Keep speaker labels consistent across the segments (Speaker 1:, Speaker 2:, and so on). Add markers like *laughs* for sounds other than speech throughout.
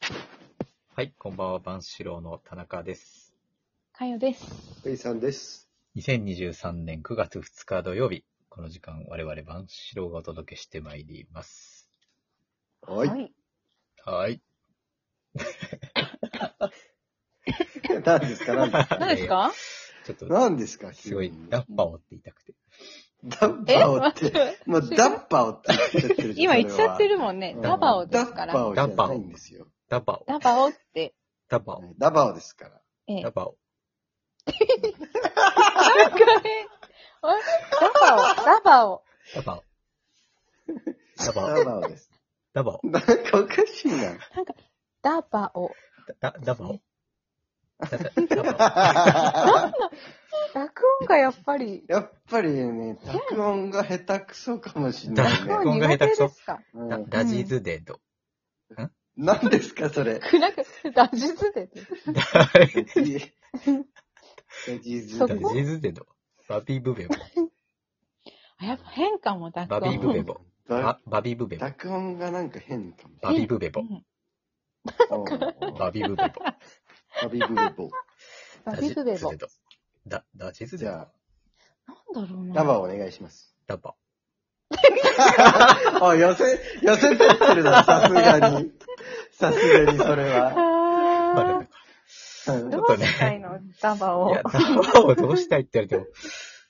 Speaker 1: はい、こんばんは、万志郎の田中です。
Speaker 2: かよです。
Speaker 3: ペイさんです。
Speaker 1: 2023年9月2日土曜日、この時間、我々万志郎がお届けしてまいります。
Speaker 3: はい。 *laughs*
Speaker 1: はい。
Speaker 3: 何ですか何ですか
Speaker 2: 何ですか
Speaker 1: ちょっと、
Speaker 3: 何ですか
Speaker 1: すごい
Speaker 3: 急、に
Speaker 1: ダッパを追って言いたくて。
Speaker 3: ダッパオって、もうダッパオって言っちゃってるじ
Speaker 2: *laughs*
Speaker 3: ゃ
Speaker 2: 今
Speaker 3: ん
Speaker 2: 言っちゃって。
Speaker 3: それは
Speaker 2: るもんね
Speaker 3: う。ん
Speaker 2: ダバオで
Speaker 3: ダ
Speaker 2: すか
Speaker 3: ッパ
Speaker 2: ら。
Speaker 3: オじゃないんですよ。
Speaker 1: ダバオ、
Speaker 2: ダバオって。
Speaker 1: ダバオ、
Speaker 3: ダバオですから。
Speaker 2: え
Speaker 1: ダ
Speaker 2: え。なんか
Speaker 1: バオ。
Speaker 2: *laughs* ねあれダバオ、
Speaker 1: ダ *laughs* バオ。ダバオ
Speaker 3: ダ、バオです。
Speaker 1: ダバオ、
Speaker 3: なんかおかしい
Speaker 2: *laughs*
Speaker 3: な。
Speaker 2: ダバオ。
Speaker 1: ダダバオ。ダダダバ
Speaker 2: 濁音がやっぱり、
Speaker 3: やっぱりね、濁音が下手くそかもしれない
Speaker 1: 濁
Speaker 2: もう
Speaker 3: ね。
Speaker 1: 音が下手
Speaker 2: 苦手
Speaker 1: くそ
Speaker 2: ですか
Speaker 3: う
Speaker 1: オ
Speaker 3: ん
Speaker 1: ダダジーズデッド。
Speaker 3: 何ですかそれ。
Speaker 2: くなく、ダジズで。
Speaker 3: *laughs* ダジーズ
Speaker 2: そ
Speaker 1: ダジ
Speaker 2: こ
Speaker 1: ーズデッド。バビブベボ。
Speaker 2: あ、やっぱ変かも、濁
Speaker 1: バ
Speaker 2: 音。
Speaker 1: ビブベボ。バ
Speaker 3: だ
Speaker 1: バビブベボ。
Speaker 3: 濁音がなんか変かも。
Speaker 1: バビブベボ
Speaker 2: う。ん
Speaker 1: バ
Speaker 3: バ
Speaker 1: ビブベボ。
Speaker 3: ビブレボ。
Speaker 2: ダジズで
Speaker 1: ダ
Speaker 2: ぼ。
Speaker 1: ジズデッドダ、ダジズ
Speaker 3: じ
Speaker 1: デッド
Speaker 3: ゃあ、
Speaker 2: なんだろうな。
Speaker 3: ダバオお願いします。
Speaker 1: ダバオ。
Speaker 3: あ、寄せ、寄せてってるな、さすがに。さすがに、それは。
Speaker 1: まあでも
Speaker 2: あ
Speaker 3: うん
Speaker 1: ち
Speaker 2: ーど
Speaker 1: ょっと
Speaker 2: う
Speaker 1: ね
Speaker 2: したいのダバ
Speaker 1: い
Speaker 2: オ
Speaker 1: や、。ダバオどうしたいって言われても、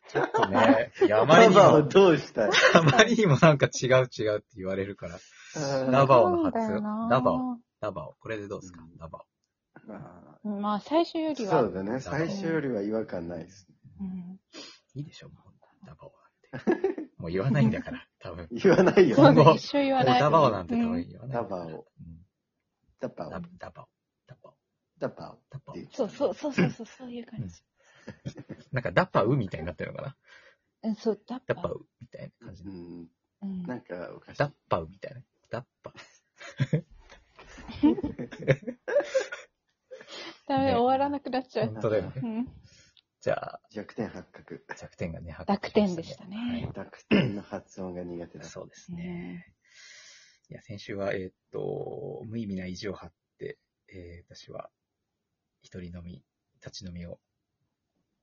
Speaker 1: ちょっとね、いやあまり
Speaker 3: ダ
Speaker 1: に
Speaker 3: バを
Speaker 1: も、
Speaker 3: どうしたい
Speaker 1: あまりにもなんか違う違うって言われるから、ダバオの発
Speaker 2: そうだよな
Speaker 1: ダバオダバオ、これでどうですかダバオ。
Speaker 3: あ
Speaker 2: まあ、最初より
Speaker 3: ー
Speaker 2: は。
Speaker 3: そうだね。最初よりは違和感ないです。
Speaker 2: うん
Speaker 1: いいでしょ、もう。ダバオなんて。もう言わないんだから、多分。も
Speaker 3: 言わないよ
Speaker 2: そう
Speaker 3: ね。
Speaker 2: ね
Speaker 1: 今後、
Speaker 2: 一生言わ
Speaker 1: う
Speaker 2: ない。
Speaker 1: ダバオなんて多
Speaker 2: うん
Speaker 1: 分言わない。
Speaker 3: ダバオ
Speaker 1: うん。
Speaker 3: ダバ
Speaker 1: ダ
Speaker 3: オ。
Speaker 1: ダバオ。ダバオ。
Speaker 3: ダバオ。
Speaker 1: ダバオ
Speaker 3: って。
Speaker 2: そうそうそうそうそう、そういう感じ。
Speaker 1: なんかダパウみたいになってるのかな
Speaker 2: うん、そう、ダッ
Speaker 1: ダ
Speaker 2: パ。
Speaker 1: パウみたいな感じ
Speaker 3: う。ん。
Speaker 2: うん
Speaker 3: なんか、おかしい
Speaker 1: ダッ。パウみたいな。ダッパ。
Speaker 2: ダメ、
Speaker 1: ね
Speaker 2: 終わらなくなっちゃう
Speaker 1: 本。当だよね
Speaker 2: う。ん、
Speaker 1: じゃあ、
Speaker 3: 弱点発覚。
Speaker 1: 弱点がね、発
Speaker 2: 濁点でしたね。
Speaker 3: 弱点の発音が苦手だ。
Speaker 1: そうですね。いや、先週は、えーっと、無意味な意地を張って、えー私は、一人飲み、立ち飲みを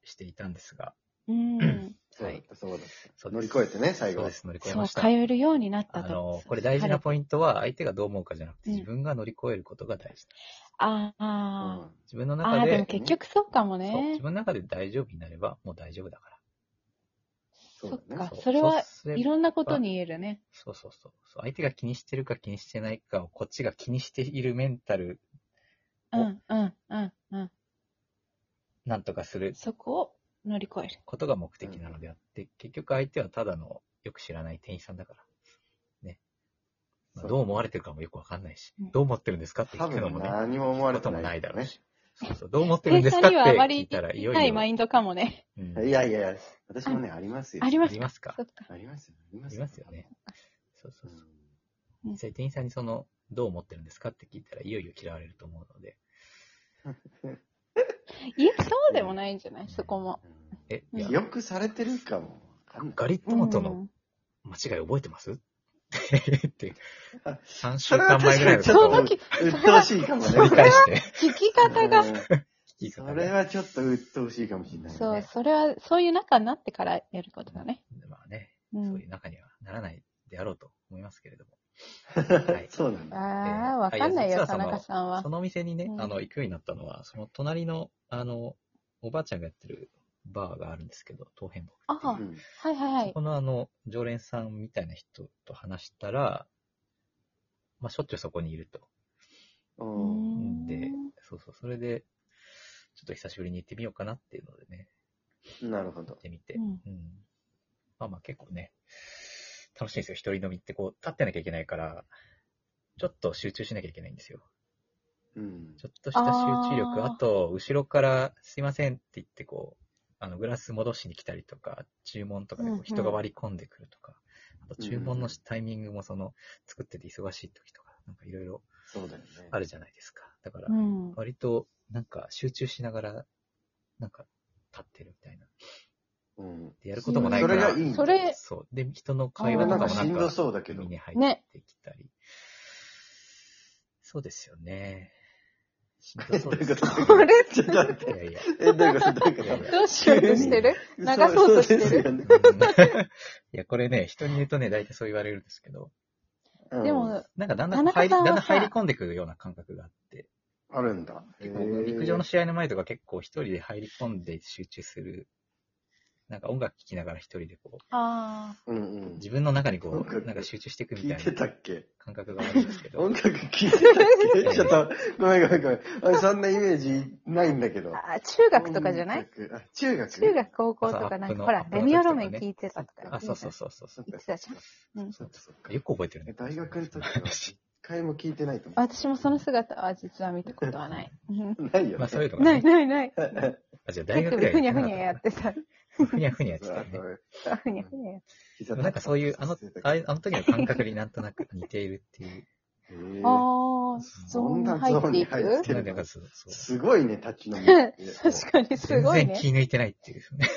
Speaker 1: していたんですが、
Speaker 2: うん。
Speaker 3: そうだった、そうだ
Speaker 1: そう
Speaker 3: った。
Speaker 1: です
Speaker 3: 乗り越えてね、最
Speaker 1: そう
Speaker 3: 後
Speaker 1: で。す、乗り越え
Speaker 2: そ
Speaker 1: ま
Speaker 2: う、
Speaker 1: した
Speaker 2: 通。えるようになった
Speaker 1: あ
Speaker 2: と。
Speaker 1: の、これ大事なポ
Speaker 2: イ
Speaker 1: イン
Speaker 2: ント。
Speaker 1: トは、相手がどう思うかじゃなくて、
Speaker 2: うん
Speaker 1: 自分が乗り越えることが大事だ。
Speaker 2: あ
Speaker 3: う
Speaker 2: あ。
Speaker 3: ん
Speaker 1: 自分の
Speaker 2: あ
Speaker 1: 中
Speaker 2: あ、で
Speaker 1: で
Speaker 2: も、結局そうかも
Speaker 1: そう自
Speaker 2: ね。
Speaker 1: 分の中で大丈夫になれば、もう大丈夫だから。
Speaker 3: そう
Speaker 2: そっ
Speaker 3: だね
Speaker 2: か
Speaker 1: う。
Speaker 2: それは、
Speaker 1: そうすれば
Speaker 2: いろんなことに言えるね。
Speaker 1: そうそうそうそう。相手が気にしてるか気にしてないかを、こっちが気にしているメンタル、
Speaker 2: う、
Speaker 1: そうん
Speaker 2: うん、うん、うん。
Speaker 1: なんとかする
Speaker 2: そこを乗り越える。
Speaker 1: ことが目的なのであって、結局相手はただのよく知らない店員さんだから。ね。まあ
Speaker 3: そう
Speaker 1: どう思われてるかもよくわかんないし、
Speaker 2: うん
Speaker 1: どう思ってるんですかって
Speaker 3: 多
Speaker 1: 聞くのも
Speaker 3: 分
Speaker 1: ね、
Speaker 3: 何も思われ
Speaker 1: こと
Speaker 3: て
Speaker 1: も
Speaker 3: な
Speaker 1: ない
Speaker 3: いか
Speaker 1: だ
Speaker 3: ら
Speaker 1: ろう
Speaker 3: ね。
Speaker 1: し。そうそう、どう思ってるん
Speaker 2: 店
Speaker 1: で
Speaker 2: 員
Speaker 1: す
Speaker 2: さ
Speaker 1: かっ
Speaker 2: ん
Speaker 1: て
Speaker 2: にはあま
Speaker 1: 聞い
Speaker 2: り
Speaker 1: たらいよ
Speaker 2: ない
Speaker 1: いよ
Speaker 2: マ。インドかもね。
Speaker 1: うん
Speaker 3: いやいやいや、私もね、ありますよ。
Speaker 2: あります
Speaker 1: ありますか
Speaker 2: そっか。
Speaker 3: ありますよ。
Speaker 1: あ
Speaker 3: あ
Speaker 1: りますよね。。そうそうそう。
Speaker 2: うん
Speaker 1: 実際店員さんにその、どう思ってるんですかって聞いたらいよいよ嫌われると思うので、
Speaker 2: いや、そうでもないんじゃないそこも。
Speaker 1: え、
Speaker 2: うん
Speaker 1: い
Speaker 3: うん
Speaker 1: や
Speaker 3: 記憶されてるかも。わかんない
Speaker 1: ガリットマトの
Speaker 2: うん
Speaker 1: 間違い覚えてますって、3週
Speaker 3: それは
Speaker 1: 間前
Speaker 3: 確
Speaker 1: ぐらいの
Speaker 3: かに
Speaker 1: こ
Speaker 3: ち
Speaker 1: と
Speaker 3: ょ
Speaker 1: を
Speaker 2: そ
Speaker 3: っと、
Speaker 2: の
Speaker 3: う
Speaker 2: 時
Speaker 3: っとうしいかもね。
Speaker 1: 繰り返して、
Speaker 2: 聞き方が
Speaker 3: う。ん
Speaker 1: 聞いた
Speaker 3: そ
Speaker 1: からね
Speaker 3: れはちょっとうっとうしいかもしれないね。
Speaker 2: そう、それは、そういう仲になってからやることだね。
Speaker 1: まあね、
Speaker 2: う
Speaker 1: そうい
Speaker 2: ん。
Speaker 1: う中にはならないであろうと思いますけれども。はい
Speaker 3: そうなんだ。
Speaker 2: ああ、わ
Speaker 1: えー
Speaker 2: かんない
Speaker 1: いや
Speaker 2: よ、
Speaker 1: 実は
Speaker 2: 田
Speaker 1: その
Speaker 2: 中さんは
Speaker 1: そ。のお店にね
Speaker 2: う、ん
Speaker 1: あの、行くようになったのは、その隣の、あの、おばあちゃんがやってるバーがあるんですけど、東変木。
Speaker 2: ああ、
Speaker 3: うん
Speaker 2: はいはいは
Speaker 1: そ
Speaker 2: い
Speaker 1: こ。のあの、常連さんみたいな人と話したら、まあ、しょっちゅうそこにいると。
Speaker 3: うん
Speaker 2: うん
Speaker 1: で、そうそう、それで、ちょっと久しぶりに行ってみようかなっていうのでね、
Speaker 3: なるほ
Speaker 1: 行
Speaker 3: ど
Speaker 1: っ。てみて。
Speaker 2: うん
Speaker 1: うん。まあまあ結構ね、楽しいんですよ。一人飲みってこう、立ってなきゃいけないから、ちょっと集中しなきゃいけないんですよ。
Speaker 3: うん
Speaker 1: ちょっとした集中力、
Speaker 2: あ
Speaker 1: あ
Speaker 2: ー
Speaker 1: と、後ろから、すいませんって言って、こう、あの、グラス戻しに来たりとか、注文とかでこ
Speaker 2: うん
Speaker 1: う
Speaker 2: う
Speaker 1: ん人が割り込んでくるとか、あと注文の
Speaker 3: うん
Speaker 1: しタイミングもその、作ってて忙しい時とか、なんかいろいろ
Speaker 3: そうだよね。
Speaker 1: あるじゃないですか。だから
Speaker 2: う、ん。 *laughs*
Speaker 1: 割と、なんか集中しながら、なんか、立ってるみたいな。
Speaker 3: うん。
Speaker 1: で、やることもない
Speaker 3: そ
Speaker 1: か
Speaker 3: れ
Speaker 1: ら、
Speaker 3: がいいんだ。
Speaker 2: それ
Speaker 1: そう。で、人の
Speaker 3: そ
Speaker 1: 会
Speaker 3: れ
Speaker 1: 話と
Speaker 3: なん
Speaker 1: か
Speaker 3: か
Speaker 1: も
Speaker 3: し
Speaker 1: なん
Speaker 3: んど
Speaker 1: か、
Speaker 3: そうだけど
Speaker 1: 耳。に入ってきたり。そうですよね。しんどそうです。
Speaker 2: これ
Speaker 3: ちょっと待っ
Speaker 1: い
Speaker 3: て。
Speaker 1: やいや。
Speaker 3: え、どういうことどういうこ
Speaker 1: いやいや
Speaker 2: どうしようとしてる
Speaker 3: と
Speaker 2: 流そうとしてる
Speaker 3: そうですよね。
Speaker 1: うんいや、これね、人に言うとね、大体そう言われるんですけど、
Speaker 3: うん
Speaker 2: で、も、
Speaker 1: なんかだんだ
Speaker 2: 田
Speaker 1: ん
Speaker 2: 中
Speaker 1: 入り、
Speaker 2: さん
Speaker 1: だ
Speaker 2: は
Speaker 1: ん
Speaker 2: さ
Speaker 1: だん入り込んでくるような感覚があって、
Speaker 3: あるんだ。
Speaker 1: 結構陸上の試合の前とか結構一人で入り込んで集中する、なんか音楽聴きながら一人でこう、
Speaker 2: あ
Speaker 3: うんうん。
Speaker 1: 自分の中に
Speaker 3: 音
Speaker 1: こう、
Speaker 3: 楽
Speaker 1: なんか集中していくみ
Speaker 3: 聞
Speaker 1: た
Speaker 3: い
Speaker 1: い
Speaker 3: てた
Speaker 1: な
Speaker 3: っけ
Speaker 1: 感覚があるんですけど
Speaker 3: 音、楽聞いてたっけ
Speaker 1: え
Speaker 3: ちょっと、ごめんごめんごめん。俺そんなイメージないんだけど。
Speaker 2: あ、あ中学とかじゃない
Speaker 3: 音楽あ中学
Speaker 2: 中学、高校とかなん
Speaker 1: あそう
Speaker 2: か、ほ
Speaker 1: アッ、
Speaker 2: ら
Speaker 1: プの
Speaker 2: レミオロメン
Speaker 1: アップの時とかね
Speaker 2: 聞いてたとか。
Speaker 1: あ、そうそうそうそうそ。
Speaker 3: そうっ
Speaker 2: 言
Speaker 3: か
Speaker 2: ってたじゃんうん
Speaker 3: そっかそっか
Speaker 1: よく覚えてるね。
Speaker 3: 大学の時は一回も聞いてないと思
Speaker 2: 私もその姿は実は見たこと
Speaker 1: *laughs*
Speaker 2: はない。うん
Speaker 3: う。ないよ、ね。
Speaker 1: まあそう
Speaker 3: *laughs*
Speaker 1: いうのが
Speaker 2: な
Speaker 1: ね
Speaker 2: い、ないない。
Speaker 1: あ、じゃあ大
Speaker 2: 手
Speaker 1: 学
Speaker 2: 首
Speaker 1: で
Speaker 2: ふにゃふにゃやってさ、
Speaker 1: ふにゃふにゃやってたね。
Speaker 2: ふにゃふにゃやって
Speaker 1: でもなんかそういう、あの、あれあの時の感覚になんとなく似ているっていう。
Speaker 2: た。ああ、ゾーンに入ってい
Speaker 3: そんなゾーンに入っ
Speaker 2: く
Speaker 3: てる
Speaker 1: なんかそう、そう。
Speaker 3: すごいね、立ち飲み
Speaker 2: 確かにす
Speaker 1: 全
Speaker 2: ごい
Speaker 1: 然
Speaker 2: ね。
Speaker 1: 気抜いてないっていうね。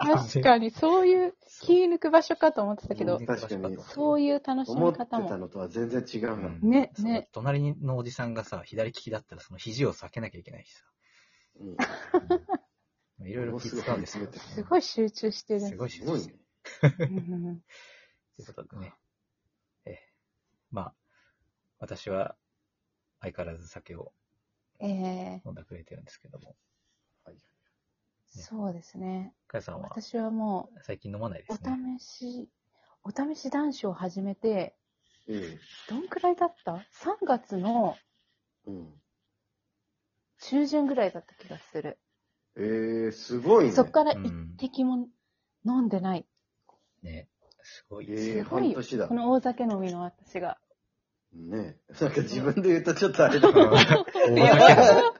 Speaker 2: 確かに、そういう気抜く場所かと思ってたけど
Speaker 3: うん、確かに
Speaker 2: そういう楽し
Speaker 3: 思っ
Speaker 2: み
Speaker 3: て
Speaker 2: 方
Speaker 3: た
Speaker 2: も。
Speaker 3: のとは全然違うな。
Speaker 1: うん
Speaker 2: ね
Speaker 1: その
Speaker 2: ね
Speaker 1: 隣のおじさんがさ、左利きだったらその肘を避けなきゃいけないし
Speaker 3: うん
Speaker 1: さ。うんいろいろ気使うんですよ。
Speaker 2: すごい集中してる。
Speaker 1: すごい集
Speaker 3: す
Speaker 1: 中
Speaker 3: ごい
Speaker 1: して
Speaker 3: ね
Speaker 1: る。。
Speaker 2: うん
Speaker 1: ということでね。ええまあ、私は相変わらず酒を
Speaker 2: ええ、
Speaker 1: 飲んだくれてるんですけども。
Speaker 2: そうですね。
Speaker 1: かやさんは
Speaker 2: 私はも、
Speaker 1: 最近飲まないうですね。
Speaker 2: お試し、お試し男子を始めて、
Speaker 3: え
Speaker 2: どんくらいだった ?3 月の
Speaker 3: えうん
Speaker 2: 中旬ぐらいだった気がする。
Speaker 3: ええすごいね。
Speaker 2: そっから
Speaker 1: う
Speaker 2: 一
Speaker 1: ん。
Speaker 2: 滴も飲んでない。
Speaker 1: ね。すごい。
Speaker 3: ええ
Speaker 2: すごい
Speaker 3: 半
Speaker 2: よ
Speaker 3: 年だ
Speaker 2: こ。の大酒飲みの私
Speaker 3: *laughs*
Speaker 2: が。
Speaker 3: ねえなんか自分で言うとちょっと
Speaker 2: *laughs*
Speaker 3: あれだけど
Speaker 1: いや
Speaker 2: やば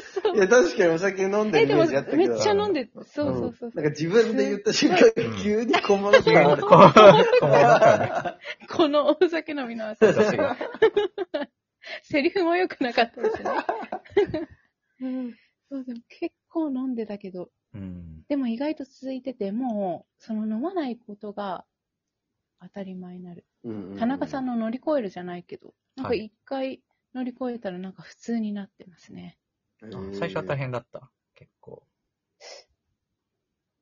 Speaker 2: そう
Speaker 3: い。や、確かにお酒飲んで
Speaker 2: え、で
Speaker 3: るイメ
Speaker 2: も
Speaker 3: ージあった
Speaker 2: め
Speaker 3: け
Speaker 2: っ
Speaker 3: ど。
Speaker 2: ちゃ飲んで、そうそうそう。
Speaker 3: なんか自分で言った瞬間
Speaker 1: うん、
Speaker 3: 急に小物
Speaker 1: 急に
Speaker 3: 感あ
Speaker 1: こう、
Speaker 3: る。
Speaker 1: こう戻ったね。
Speaker 2: この大酒飲みの私
Speaker 1: 私が。
Speaker 2: セリフも良くなかったですね。 *laughs* うん、そうでも結構飲んでたけど、
Speaker 1: うん。
Speaker 2: でも意外と続いてて、もう、その飲まないことが当たり前になる。田中さん
Speaker 3: の。
Speaker 2: の乗り越えるじゃないけど、なんか
Speaker 1: はい
Speaker 2: 一回乗り越えたらなんか普通になってますね。
Speaker 1: あ最初は大変だった。結構。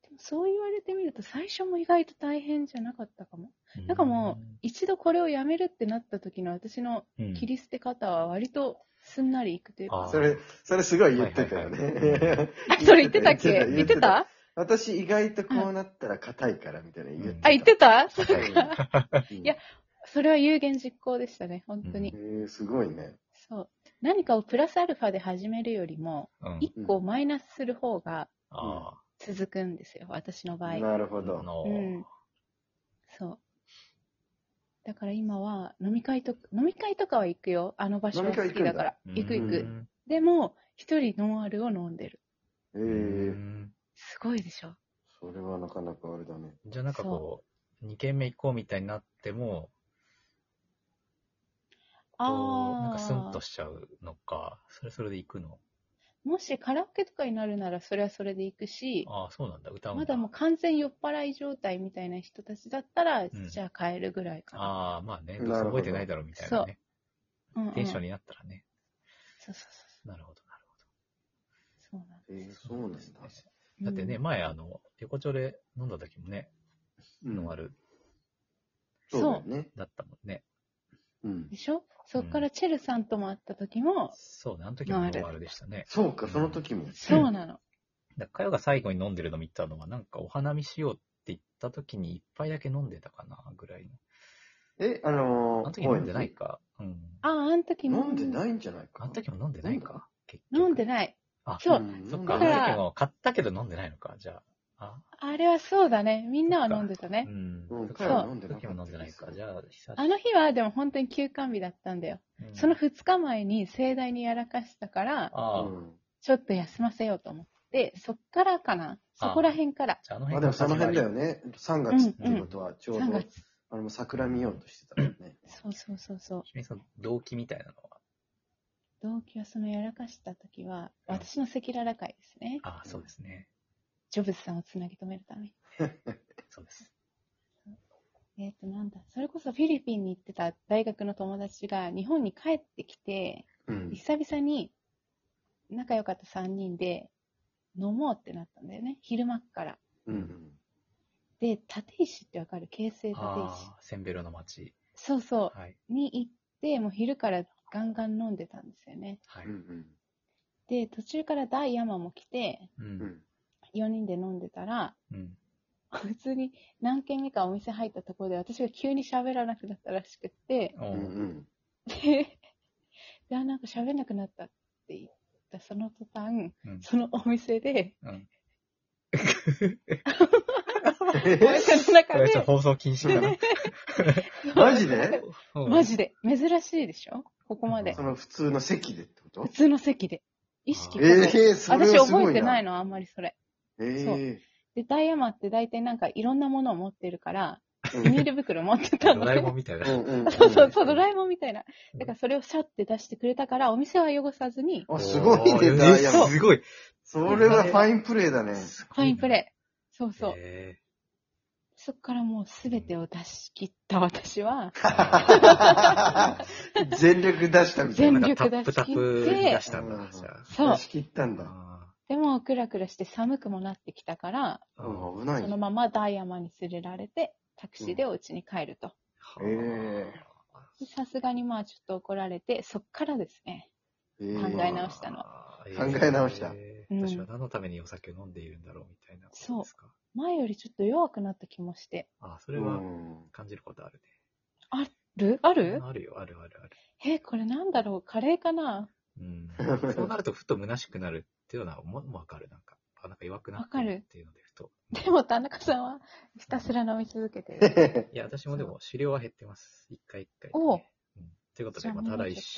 Speaker 2: でもそう言われてみると最初も意外と大変じゃなかったかも。なんかもう、一度これをやめるってなった時の私の
Speaker 1: うん、
Speaker 2: 切り捨て方は割とすんなりいくというか。
Speaker 1: あー
Speaker 3: それ、それすごい言ってたよ
Speaker 1: はいはいは
Speaker 3: ね。
Speaker 2: あ、それ言ってたっけ言ってた
Speaker 3: *laughs* 私意外とこうなったら硬いからみたいな言って
Speaker 2: あ、言ってたそ
Speaker 3: た。う
Speaker 2: い
Speaker 3: ん
Speaker 2: や、それは有言実行でしたね、本当
Speaker 3: え
Speaker 2: に。
Speaker 3: ー、すごいね。
Speaker 2: そう。何かをプラスアルファで始めるよりも、
Speaker 1: うん、
Speaker 2: 一個マイナスする方が
Speaker 1: あ
Speaker 2: 続くんですよ、私の場合。
Speaker 3: なる
Speaker 1: あ、
Speaker 3: ほど。
Speaker 1: の
Speaker 2: うん。そう。だから今は、飲み会と、飲み会とかは行くよ。あの場所が好きだから。
Speaker 1: うん
Speaker 2: 行く行
Speaker 3: う
Speaker 2: く。でも、一人ノンアルを飲んでる。
Speaker 3: え
Speaker 1: う
Speaker 3: ー、
Speaker 1: ん
Speaker 2: すごいでしょ。
Speaker 3: それはなかなかあれだね。
Speaker 1: じゃあなんかこう、2軒目行こうみたいになっても、こうなん
Speaker 2: あ
Speaker 1: かスン
Speaker 2: あ
Speaker 1: と。しちゃうのか、それそれで行くの。
Speaker 2: もしカラオケとかになるなら、それはそれで行くし、
Speaker 1: ああ、そうなんだ。歌うん
Speaker 2: まだもう完全酔っ払い状態みたいな人たちだったら、
Speaker 1: ん
Speaker 2: じゃあ帰るぐらいかな。
Speaker 1: ああ、まあね、
Speaker 3: な
Speaker 1: どう
Speaker 3: るほど
Speaker 1: せ覚えてないだろうみたいなね。
Speaker 2: うんうん
Speaker 1: テンションになったらね。
Speaker 2: そうそうそ
Speaker 1: なるほど、なる
Speaker 2: うそう。そうなん
Speaker 3: えー、
Speaker 1: ほ
Speaker 3: そ
Speaker 1: ど。
Speaker 3: うなんだ。
Speaker 1: ですねだってね、
Speaker 2: うん
Speaker 1: 前、あの、横丁で飲んだ時もね、ノンア
Speaker 3: る。
Speaker 1: ル
Speaker 3: そうだよね。
Speaker 1: だったもんね。
Speaker 3: うん
Speaker 2: で。しょそっからチェルさんとも会った時も、
Speaker 1: そうね、あの時もノンアルでしたね。
Speaker 3: そうか、その時も。
Speaker 2: そうなの。
Speaker 1: だから、かよが最後に飲んでるの見たのは、なんかお花見しようって言った時に一杯だけ飲んでたかな、ぐらいの。
Speaker 3: え、あ
Speaker 1: あ
Speaker 3: のー、
Speaker 1: の時飲んでないか。うん。
Speaker 2: ああ、あの時も。
Speaker 3: 飲んでないんじゃないか。
Speaker 1: あの時も飲んでないか。結局
Speaker 2: 飲んでない。
Speaker 1: あ、
Speaker 2: そう
Speaker 3: うん
Speaker 1: そっか、あ
Speaker 2: だか
Speaker 1: の
Speaker 2: ら
Speaker 1: 時も買ったけど飲んでないのか、じゃあ。
Speaker 2: あれはそうだね。みんなは飲んでた
Speaker 1: あ、
Speaker 2: ね
Speaker 1: う。ん。
Speaker 3: うん
Speaker 1: そ
Speaker 2: 彼
Speaker 1: っ
Speaker 2: は
Speaker 1: か
Speaker 3: 飲んでなかった
Speaker 1: 時も飲んでないか、じゃあ、久々
Speaker 2: あの日はでも本当に休館日だったんだよ。
Speaker 1: うん
Speaker 2: その2日前に盛大にやらかしたから、
Speaker 1: ああ、
Speaker 3: うん
Speaker 2: ちょっと休ませようと思って、そっからかな。そこら辺から。
Speaker 1: じゃああの
Speaker 3: まあ
Speaker 1: 辺
Speaker 3: でもその辺だよ
Speaker 1: ね。
Speaker 3: ね。3月っていうことは、ちょうど、
Speaker 2: 3月。
Speaker 3: あの、桜見ようとしてたもんね。
Speaker 2: そうそうそうそう。
Speaker 1: 君その動機みたいなのは。
Speaker 2: 動機はそのやらかした時は、
Speaker 1: うん
Speaker 2: 私の赤裸々会ですね。
Speaker 1: ああ、そうですね。
Speaker 2: ジョブズさんをつなぎ止めるために。
Speaker 1: そうです。
Speaker 2: えっ、と、なんだ、それこそフィリピンに行ってた大学の友達が日本に帰ってきて、
Speaker 3: うん。
Speaker 2: 久々に仲良かった3人で飲もうってなったんだよね。昼間っから。
Speaker 3: うん。
Speaker 2: で、立石ってわかる京成立石。
Speaker 1: ああ、センベロの街。
Speaker 2: そうそ
Speaker 1: はい。
Speaker 2: う。に行って、もう昼からガンガン飲んでたんですよね。
Speaker 1: は
Speaker 3: う
Speaker 1: い。
Speaker 3: ん。
Speaker 2: で、途中から大山も来て、
Speaker 1: う。
Speaker 3: うんん。
Speaker 2: 4人で飲んでたら、
Speaker 1: うん。
Speaker 2: *laughs* 普通に何軒目かお店入ったところで私が急に喋らなくなったらしくって、
Speaker 1: おうん
Speaker 3: う。うん。
Speaker 2: で、であなんか喋んなくなったって言ったその途端、
Speaker 1: うん。
Speaker 2: そのお店で、
Speaker 1: うん。
Speaker 2: お店の
Speaker 1: こ
Speaker 2: 中
Speaker 1: れちょっ
Speaker 2: で、
Speaker 1: と放送禁止か *laughs* な。
Speaker 3: マジで
Speaker 1: うん
Speaker 2: *laughs* マジで、珍しいでしょここまで
Speaker 3: そ。の普通の席でってこ
Speaker 2: 普
Speaker 3: と
Speaker 2: 通の席で。意識
Speaker 1: あ
Speaker 2: 過
Speaker 1: ー
Speaker 2: 去
Speaker 3: ええそれ
Speaker 2: 私
Speaker 3: はすごい
Speaker 2: 覚えてない
Speaker 3: の。
Speaker 2: の、あんまりそれ。
Speaker 3: え
Speaker 2: で、ダイヤマって大体なんかいろんなものを持ってるから、
Speaker 3: えう
Speaker 2: ビ
Speaker 3: ん
Speaker 2: ニール袋持ってた
Speaker 1: ド
Speaker 2: の
Speaker 1: ラえも
Speaker 2: ね。
Speaker 1: んみたいな。
Speaker 3: うんうんうん。
Speaker 2: そうそうそう、ドラ
Speaker 3: イ
Speaker 2: えもんみたいな。だからそれをシャッて出してくれたから、お店は汚さずに、
Speaker 3: あ、すごい
Speaker 1: お
Speaker 3: ね、
Speaker 1: ー
Speaker 3: ダイヤ
Speaker 1: え
Speaker 3: モン
Speaker 1: すごい。
Speaker 3: それはファインプレーだね。
Speaker 2: ファインプレイ。そうそう。
Speaker 1: へえ
Speaker 2: そこからもうすべてを出し切った私は、
Speaker 1: あ
Speaker 3: 全力出したみたい
Speaker 1: ー
Speaker 3: な。
Speaker 1: なんか
Speaker 2: 全力
Speaker 1: タップタッ
Speaker 2: 出し
Speaker 1: プ
Speaker 2: 切って
Speaker 1: 出したんだ、じゃ
Speaker 2: そう
Speaker 3: 出し切ったんだ。
Speaker 1: あ。
Speaker 2: でもクラクラして寒くもなってきたから、
Speaker 1: あー
Speaker 3: うん、危ない
Speaker 2: その
Speaker 3: ね。
Speaker 2: ままダイヤマに連れられて、タクシーでお家に帰ると。
Speaker 1: はあ
Speaker 3: え
Speaker 2: でさすがにまあちょっと怒られて、そっからですね。
Speaker 3: えええ
Speaker 2: 考え直したの
Speaker 1: あー
Speaker 3: 考え直した
Speaker 1: え
Speaker 2: う
Speaker 1: ー
Speaker 2: ん
Speaker 1: 私は何のためにお酒を飲んでいるんだろうみたいなことですか。
Speaker 2: 前よりちょっと弱くなった気もして。
Speaker 1: あ、そうれは
Speaker 3: ん。
Speaker 1: 感じることある
Speaker 2: るあ
Speaker 1: ね。
Speaker 2: る
Speaker 1: あるよ、あるあるある。
Speaker 2: え、これなんだろうカレーかな
Speaker 3: *laughs*
Speaker 1: うん。そうなるとふと虚しくなるっていうのはももわかる、なんか。あ、なんか弱くなってるっていうので、ふと。
Speaker 2: でも田中さんはひたすら飲み続けてる。
Speaker 1: いや、私もでも、狩猟は減ってます。一回一回、
Speaker 2: おう
Speaker 1: うんということ
Speaker 2: じ
Speaker 1: で、
Speaker 2: ゃあ
Speaker 1: また
Speaker 2: もう
Speaker 1: 来
Speaker 2: ちょっと
Speaker 1: 週。